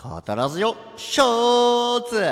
語らずよショーツ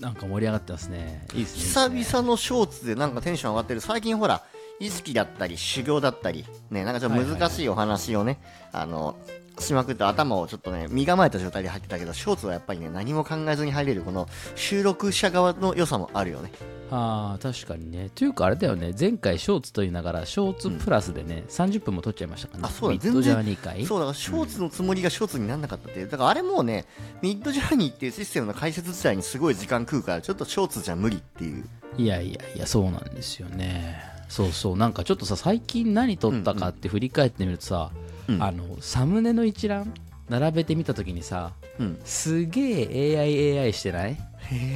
なんか盛り上がってますねいいですね久々のショーツでなんかテンション上がってる最近ほら意識だったり修行だったりねなんかちょっと難しいお話をね、あのしまくって頭をちょっとね身構えた状態で入ってたけどショーツはやっぱりね何も考えずに入れるこの収録者側の良さもあるよねあー確かにねというかあれだよね前回ショーツと言いながらショーツプラスでね、30分も撮っちゃいましたからねあそうだミッドジャーニー回そうだからショーツのつもりがショーツにならなかったっていうだからあれもうねミッドジャーニーっていうシステムの解説自体にすごい時間食うからちょっとショーツじゃ無理っていういやいやいやそうなんですよねそうそうなんかちょっとさ最近何撮ったかって振り返ってみるとさ、うんあのサムネの一覧並べてみた時にさうんすげえ AIAI してない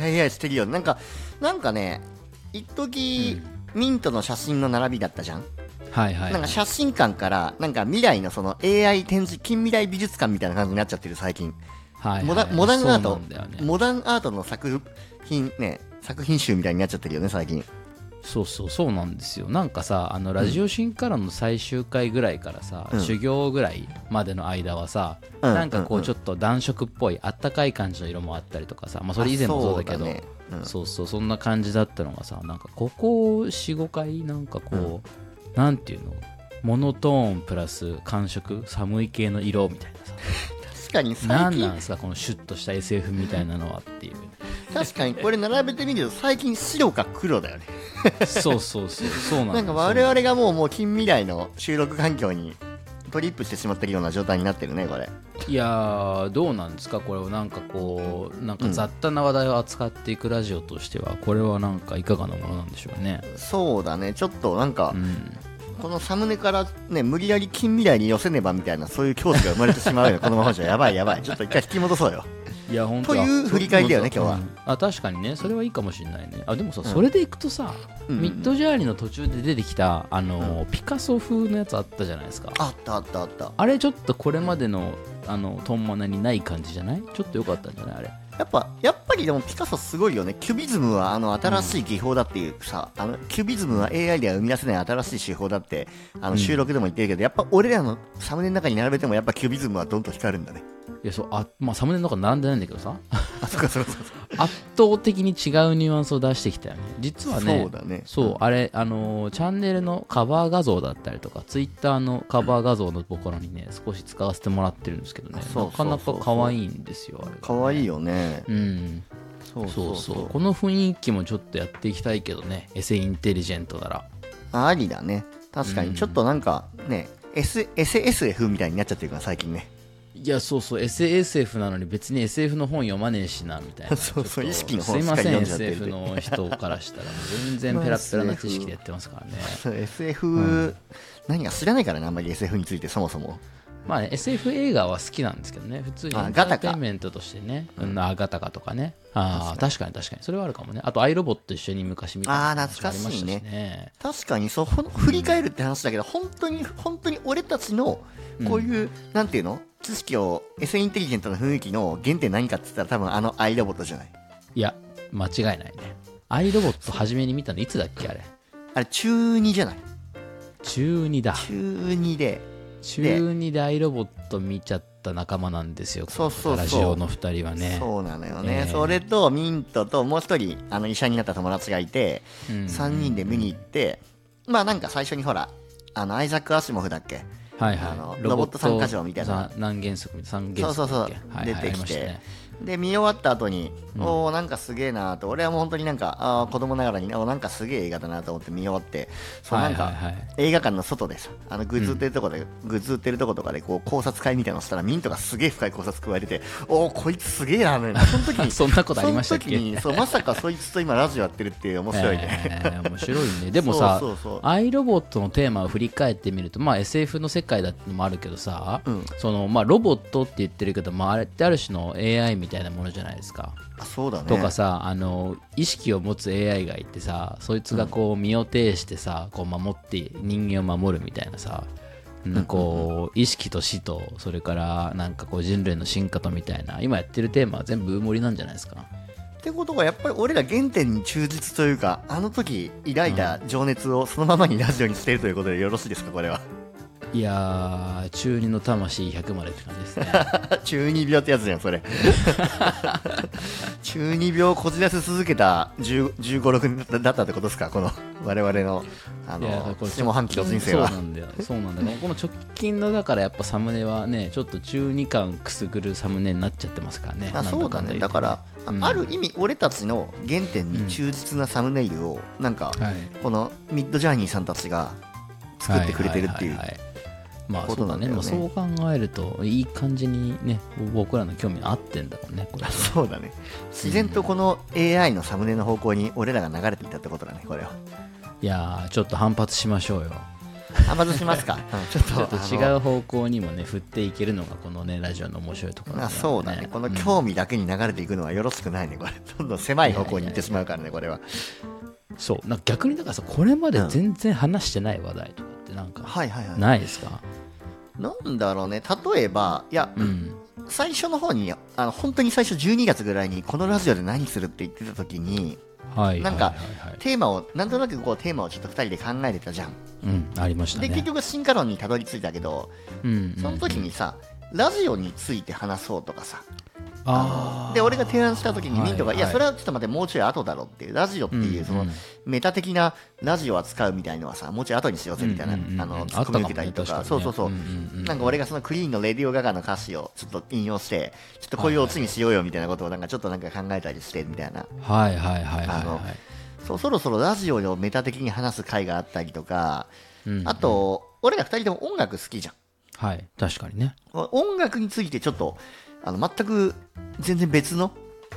AI してるよなんかなんかね一時、ミントの写真の並びだったじゃん、はいはいなんか写真館からなんか未来のその AI 展示近未来美術館みたいな感じになっちゃってる最近はいはいモダンモダンアーそうト、なんだよねモダンアートの作品ね作品集みたいになっちゃってるよね最近そうそうそうなんですよなんかさあのラジオシンからの最終回ぐらいからさ、うん修行ぐらいまでの間はさ、うんなんかこうんううんちょっと暖色っぽいあったかい感じの色もあったりとかさまあそれ以前もそうだけどあそうだねうんそうそうそんな感じだったのがさなんかここ45回なんかこう、なんていうのモノトーンプラス寒色寒い系の色みたいなさ確かに最何な近んですかこのシュッとした SF みたいなのはっていう確かにこれ並べてみると最近白か黒だよねそうそうそうそうなんなんか我々がもうもう近未来の収録環境にトリップしてしまってるような状態になってるねこれいやーどうなんですかこれをなんかこうなんか雑多な話題を扱っていくラジオとしては、これはなんかいかがなものなんでしょうねそうだねちょっとなんか、うんこのサムネからね無理やり近未来に寄せねばみたいなそういう境地が生まれてし まうよこのままじゃやばいやばいちょっと一回引き戻そうよいや本当という振り返りだよね今日はあ確かにねそれはいいかもしれないねあでもさ、それでいくとさ、うんミッドジャーニーの途中で出てきたあの、ピカソ風のやつあったじゃないですかあったあったあったあれちょっとこれまでのあのトンマナにない感じじゃないちょっと良かったんじゃないあれやっぱやっぱりでもピカソすごいよねキュビズムはあの新しい技法だっていうさ、あのキュビズムは AI では生み出せない新しい手法だってあの収録でも言ってるけど、やっぱ俺らのサムネの中に並べてもやっぱキュビズムはどんと光るんだねいやそうあまあサムネの中並んでないんだけどさあそっかそっかそっか圧倒的に違うニュアンスを出してきたよね実はねそうだねそうあれあのーチャンネルのカバー画像だったりとかツイッターのカバー画像のところにね少し使わせてもらってるんですけどねあそうそうそうなかなか可愛いんですよあれがねかわいいよねうんそそうそうこの雰囲気もちょっとやっていきたいけどねエセインテリジェントならありだね確かうんにちょっとなんかね、S SSF みたいになっちゃってるから最近ね いやそうそう SSF なのに別に SF の本読まねえしなみ たいなそうそうちょっと意識のす本いしまっかりせ読んんじゃってる SF の人からした ら全然ペラッペラな知識でやってますからねそう SF、何か知らないからねあんまり SF についてそもそもまあね、SF 映画は好きなんですけどね、普通にエあンタガータカテインメントとしてね、うん、あガタカとかね、あー確かに確かに、それはあるかもね、あと、アイロボット一緒に昔見たあー懐かしいね話もありまたね確かにそうほん振り返るって話だけど本当に本当に俺たちのこういう、なんていうの知識を S インテリジェントの雰囲気の原点何かって言ったら多分あのアイロボットじゃないいや、間違いないね。アイロボット初めに見たの、いつだっけ、あれ、あれ中2じゃない中2だ、中2で中2でアイロボット見ちゃった仲間なんですよ、そうそうそうラジオの2人はね。そうなのよね、ええそれとミントともう一人あの医者になった友達がいて、うん3人で見に行ってまあなんか最初にほらあのアイザック・アシモフだっけはいあはのい、ロボット参加賞みたいなロボットさ何原則みたいな、3そ原うそう則そだっうけ、はい出はい、あてりき、ましてたね。で見終わった後に、おーなんかすげえなーと俺はもう本当になんかあー子供ながらにおーなんかすげえ映画だなと思って見終わってそうなんか、はいはいはい映画館の外でさあのグッズ売ってるとこで、グッズ売ってるとことかでこう考察会みたいなのしたらミントがすげえ深い考察加えてておおこいつすげえなみたい なその時にそんなことありましたっけその時にそうまさかそいつと今ラジオやってるっていう面白いね、えー面白いね。でもさそうそうそうアイロボットのテーマを振り返ってみると、まあ、SF の世界だってのもあるけどさ、うんそのまあ、ロボットって言ってるけど、まあ、あれってある種の AI みたいなものじゃないですか。あそうだねとかさあの意識を持つ AI がいてさそいつがこう身を挺してさこう守って人間を守るみたいなさ、うん、こう意識と死とそれからなんかこう人類の進化とみたいな今やってるテーマは全部埋もりなんじゃないですか。ってことがやっぱり俺ら原点に忠実というかあの時抱いた情熱をそのままにラジオにしてるということでよろしいですかこれはいやー中二の魂100までって感じですね中二病ってやつじゃんそ れ中二病をこじらせ続けた1 5 6年だったってことですかこの我々のあいやだからのこれ下半期の人生はそうなんだよそうなん だよこの直近のだからやっぱサムネはねちょっと中二感くすぐるサムネになっちゃってますからねあそうだねだかから、あうんある意味俺たちの原点に忠実なサムネイルをなんか、らはいこのミッドジャーニーさんたちが作ってくれてるっていう、ははははまあこそとうなだんだねよねまあそう考えるといい感じにね僕らの興味合ってんだもんね これそうだね自然とこの AI のサムネの方向に俺らが流れていったってことだね これをいやーちょっと反発しましょうよ反発しますか、うんちょっとちょっとあ違のう方向にもね振っていけるのがこのねラジオの面白いところまあ、そうだねこの興味だけに流れていくのはよろしくないねこれ どんどん狭い方向に行ってしまうからねこれはうんそうなんか逆にだからさこれまで全然話してない話題とかってなんかはいはいはいないですかなんだろうね例えばいや、うん最初の方にあの本当に最初12月ぐらいにこのラジオで何するって言ってた時にはいなんかはいはいはいテーマをなんとなくこうテーマをちょっと2人で考えてたじゃんうんありましたでね結局進化論にたどり着いたけどうんうんその時にさラジオについて話そうとかさあーで俺が提案した時にミントが、はいいはいやそれはちょっと待ってもうちょい後だろっていうラジオっていうその、うんうんメタ的なラジオは使うみたいのはさもうちょい後にしようぜみたいな、うんうんうんあのうんツッコミ受けたりとかあったかそもうねそうそう、確かにねうんうんうんなんか俺がそのクリーンのレディオガガの歌詞をちょっと引用してちょっとこういうオチにしようよみたいなことをなんかちょっとなんか考えたりしてみたいな、はいはいはいはいあのはいそうそろそろラジオをメタ的に話す回があったりとか、うんあと俺ら二人とも音楽好きじゃんはい確かにね音楽についてちょっとあの全く全然別の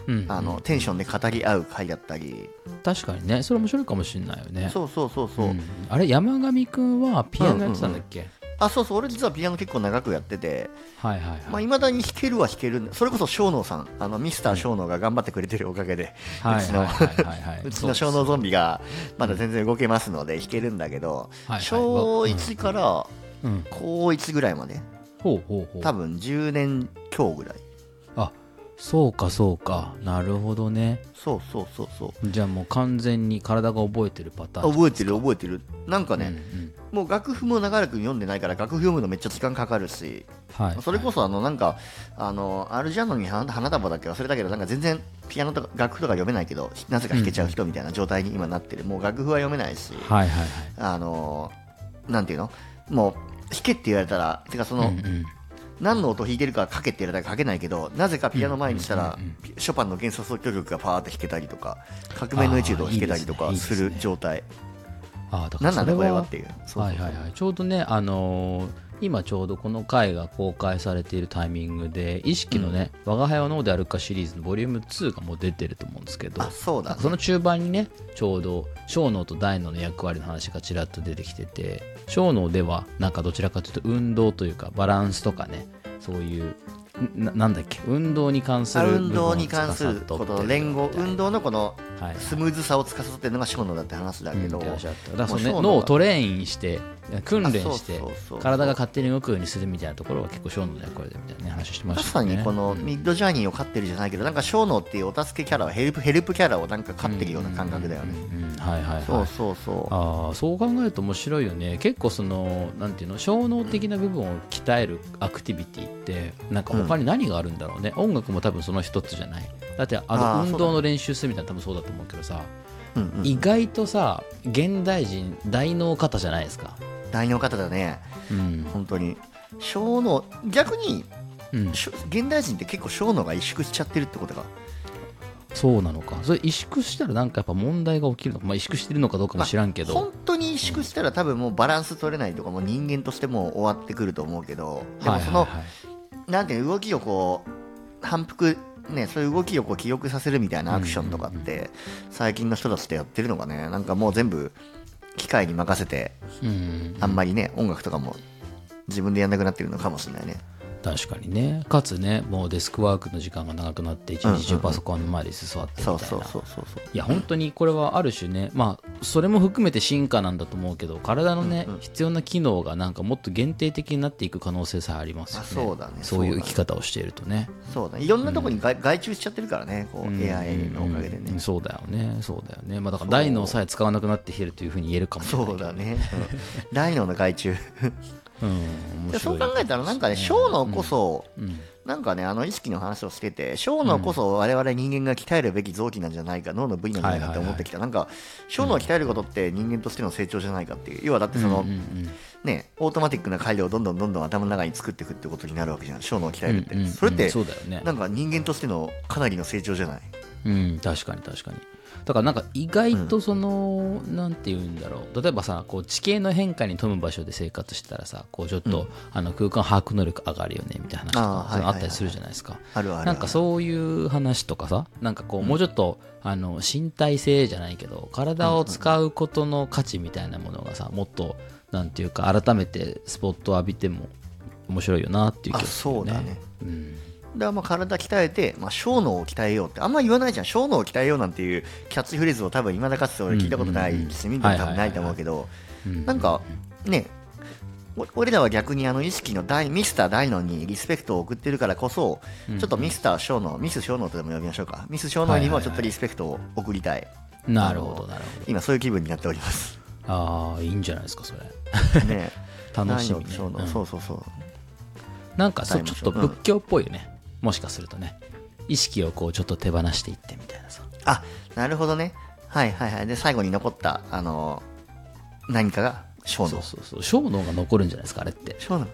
うんあのテンションで語り合う回だったり、確かにねそれ面白いかもしれないよねそうそうそうそう、うんあれ山上くんはピアノやってたんだっけ、あそうそう俺実はピアノ結構長くやっててはいはいまあ、はい、未だに弾けるは弾けるんだそれこそ小能さんあのミスター小能が頑張ってくれてるおかげで、はういちの、はいはいはいはいうちの小脳ゾンビがまだ全然動けますので弾けるんだけど、はいはい小1からうん高1ぐらいまでほうほうほう多分10年強ぐらいあそうかそうかなるほどねそうそうそうそうじゃあもう完全に体が覚えてるパターン覚えてる覚えてるなんかうんね、うんもう楽譜も長らく読んでないから楽譜読むのめっちゃ時間かかるしはい、それこそあのなんかあのアルジャーノンに花花束だっけ忘れたけどなんか全然ピアノとか楽譜とか読めないけどなぜか弾けちゃう人みたいな状態に今なってる、もう楽譜は読めないしはいはいはいあのなんていうのもう弾けって言われたらてかその、うんうん何の音弾いてるか書けって言われたら書けないけどなぜかピアノ前にしたら、ピショパンの幻想曲がパーって弾けたりとか革命のエチュードを弾けたりとあーかいいですすねる状態あーだか何らそなんだれはこれはっていうそうはいはいはいちょうどねあのー今ちょうどこの回が公開されているタイミングで意識のね「我が輩は脳で歩くか」シリーズのボリューム2がもう出てると思うんですけどあそうだその中盤にねちょうど小脳と大脳の役割の話がちらっと出てきてて小脳ではなんかどちらかというと運動というかバランスとかねそういうんななんだっけ運動に関する運動に関することの連合運動動のこのはいスムーズさを司ってるのが小脳だって話だうけんど、いらっしゃっただからその、もね、う小脳が脳をトレインして訓練あそうしてそうそう体が勝手に動くようにするみたいなところは結構小脳の役割だみたいなね話してま確したかよねにこのミッドジャーニーを飼ってるじゃないけど、なんか小脳っていうお助けキャラをヘルプヘルプキャラをなんか飼ってるような感覚だよね、うんうんはいはいはいそうそうそうあーそう考えると面白いよね結構そのなんていうの小脳的な部分を鍛えるアクティビティってなんか他に何があるんだろうね、音楽も多分その一つじゃないだってああーの運そうだね動の練習するみたいなの多分そうだと思うけどさ、うんうん意外とさ現代人大脳型じゃないですか大の方だねうん、本当に小脳逆にうん、しょ現代人って結構小脳が萎縮しちゃってるってことがそうなのかそれ萎縮したらなんかやっぱ問題が起きるのか、まあ、萎縮してるのかどうかも知らんけど、本当に萎縮したら多分もうバランス取れないとかもう人間としてもう終わってくると思うけどでもその、はいはいはいなんていうの動きをこう反復ねそういう動きをこう記憶させるみたいなアクションとかって最近の人たちってやってるのがねなんかもう全部機械に任せてうんあんまりね音楽とかも自分でやんなくなってるのかもしれないね確かにねかつねもうデスクワークの時間が長くなって一日中パソコンの前で座ってみたいそなうそうそうそうそういや本当にこれはある種ねまあそれも含めて進化なんだと思うけど体のね、必要な機能がなんかもっと限定的になっていく可能性さえありますよねあそうだねそういう生きそう方をしているとねそうだねいろんなとこに外外注しちゃってるからねこううん AI のおかげでうんねそうだよねそうだよねまあだから 大脳さえ使わなくなってきてるというふうに言えるかもしれないそうだねうん大脳の外注うん面白いでそう考えたらなんかねです小脳こそ、うんなんかねあの意識の話をしてて小脳こそ我々人間が鍛えるべき臓器なんじゃないか、脳の部位なんじゃないかって思ってきた、なんか小脳を鍛えることって人間としての成長じゃないかっていう要はだってその、うんうんねオートマティックな回路をどんどんどんどん頭の中に作っていくってことになるわけじゃん小脳を鍛うえんるって、うんうんそれって、そうだよねなんか人間としてのかなりの成長じゃないうん確かに確かにだからなんか意外とその、なんて言うんだろう例えばさこう地形の変化に富む場所で生活してたらさこうちょっと、あの空間把握能力上がるよねみたいな話とあーはいはいかそういうのあったりするじゃないですか、あるあるあるなんかそういう話とかさなんかこうもうちょっと、あの身体性じゃないけど体を使うことの価値みたいなものがさもっとなんていうか改めてスポットを浴びても面白いよなっていう気がするよあそうだねうんだからまあ体鍛えて、まあ、小脳を鍛えようってあんま言わないじゃん小脳を鍛えようなんていうキャッチフレーズを多分今だかつて俺聞いたことないし見ても多分ないと思うけどうんなんかねお俺らは逆にあの意識の大ミスター大脳にリスペクトを送ってるからこそちょっとミスター小脳ミス小脳とでも呼びましょうかミス小脳にもちょっとリスペクトを送りたいなるほどなるほど今そういう気分になっておりますああいいんじゃないですかそれね 楽しみ、ね大脳小脳うんそうそうそうなんかそう大ち門ょさんっと仏教っぽいよね、もしかするとね意識をこうちょっと手放していってみたいなさあなるほどねはいはいはいで最後に残ったあの何かが小そ脳うそうそう小脳が残るんじゃないですかあれってそうなの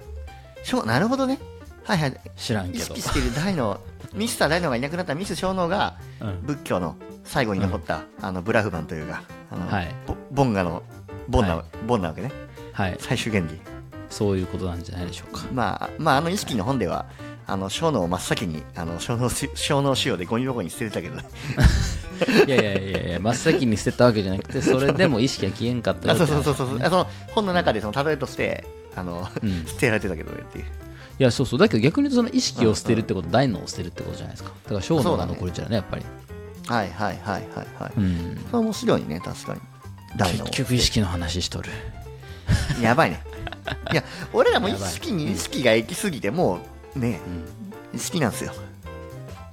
そうなるほどねはいはい知らん意けど識してる大脳ミスター大脳がいなくなったミス小脳がうん仏教の最後に残った、あのブラフマンというかあの、はいボボンガのボンな、はいボンなわけねはい最終原理そういうことなんじゃないでしょうかまあまああの意識の本ではあの小脳を真っ先にあの小脳し小脳腫瘍でゴミ箱に捨ててたけどねいやいやいやいや真っ先に捨てたわけじゃなく てそれでも意識が消えんかったよあってそう話そうそうそうそうあその本の中でその例えとしてあの、ん捨てられてたけどねっていういやそうそうだけど逆に言うとその意識を捨てるってこと、大脳を捨てるってことじゃないですかだから小脳が残るじゃないねやっぱりはいはいはいはいはい、うんそれ面白いね確かに大脳結局意識の話しとるやばいね。いや、俺らも意識に意識が行きすぎて、もうね、意識なんですよ。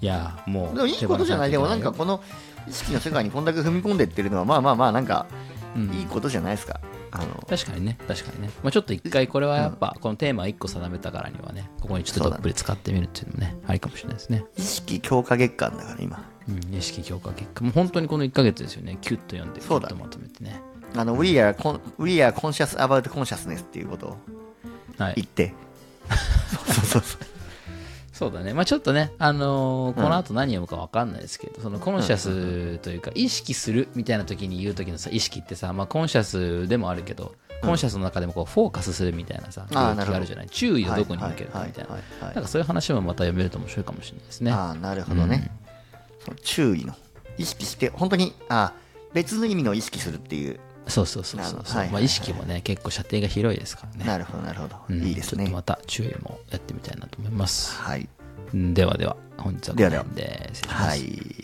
いやもうでもいいことじゃない、でもなんかこの意識の世界にこんだけ踏み込んでってるのは、まあまあまあ、なんかうんいいことじゃないですか。あの確かにね確かにね、まあ、ちょっと一回これはやっぱこのテーマを一個定めたからにはねここにちょっとどっぷり使ってみるっていうのもねありかもしれないですね、意識強化月間だから、今。うん、意識強化結果もう本当にこの1ヶ月ですよねキュッと読んでキそュうだッとまとめてねあの We are con- We are conscious about consciousness っていうことをはい言って。そうそうそう。そうだね。まあちょっとね、あのーこの後何読むか分かんないですけど、そのコンシャスというか、意識するみたいな時に言う時のさ、意識ってさ、まあコンシャスでもあるけど、コンシャスの中でもこう、フォーカスするみたいなさ、あー領域があるじゃない注意をどこに向けるかみたいはなはいいはいは。いなんかそういう話もまた読めると面白いかもしれないですね。ああ、なるほどね。その注意の。意識して、本当に、ああ、別の意味の意識するっていう。そうそうそうそうなるほどはいはいはいまあ意識もね、結構射程が広いですからね。なるほど、なるほど。うんいいですちょっとねま。た注意もやってみたいなと思います。はい。ではでは、本日はこの辺で失礼します。はい。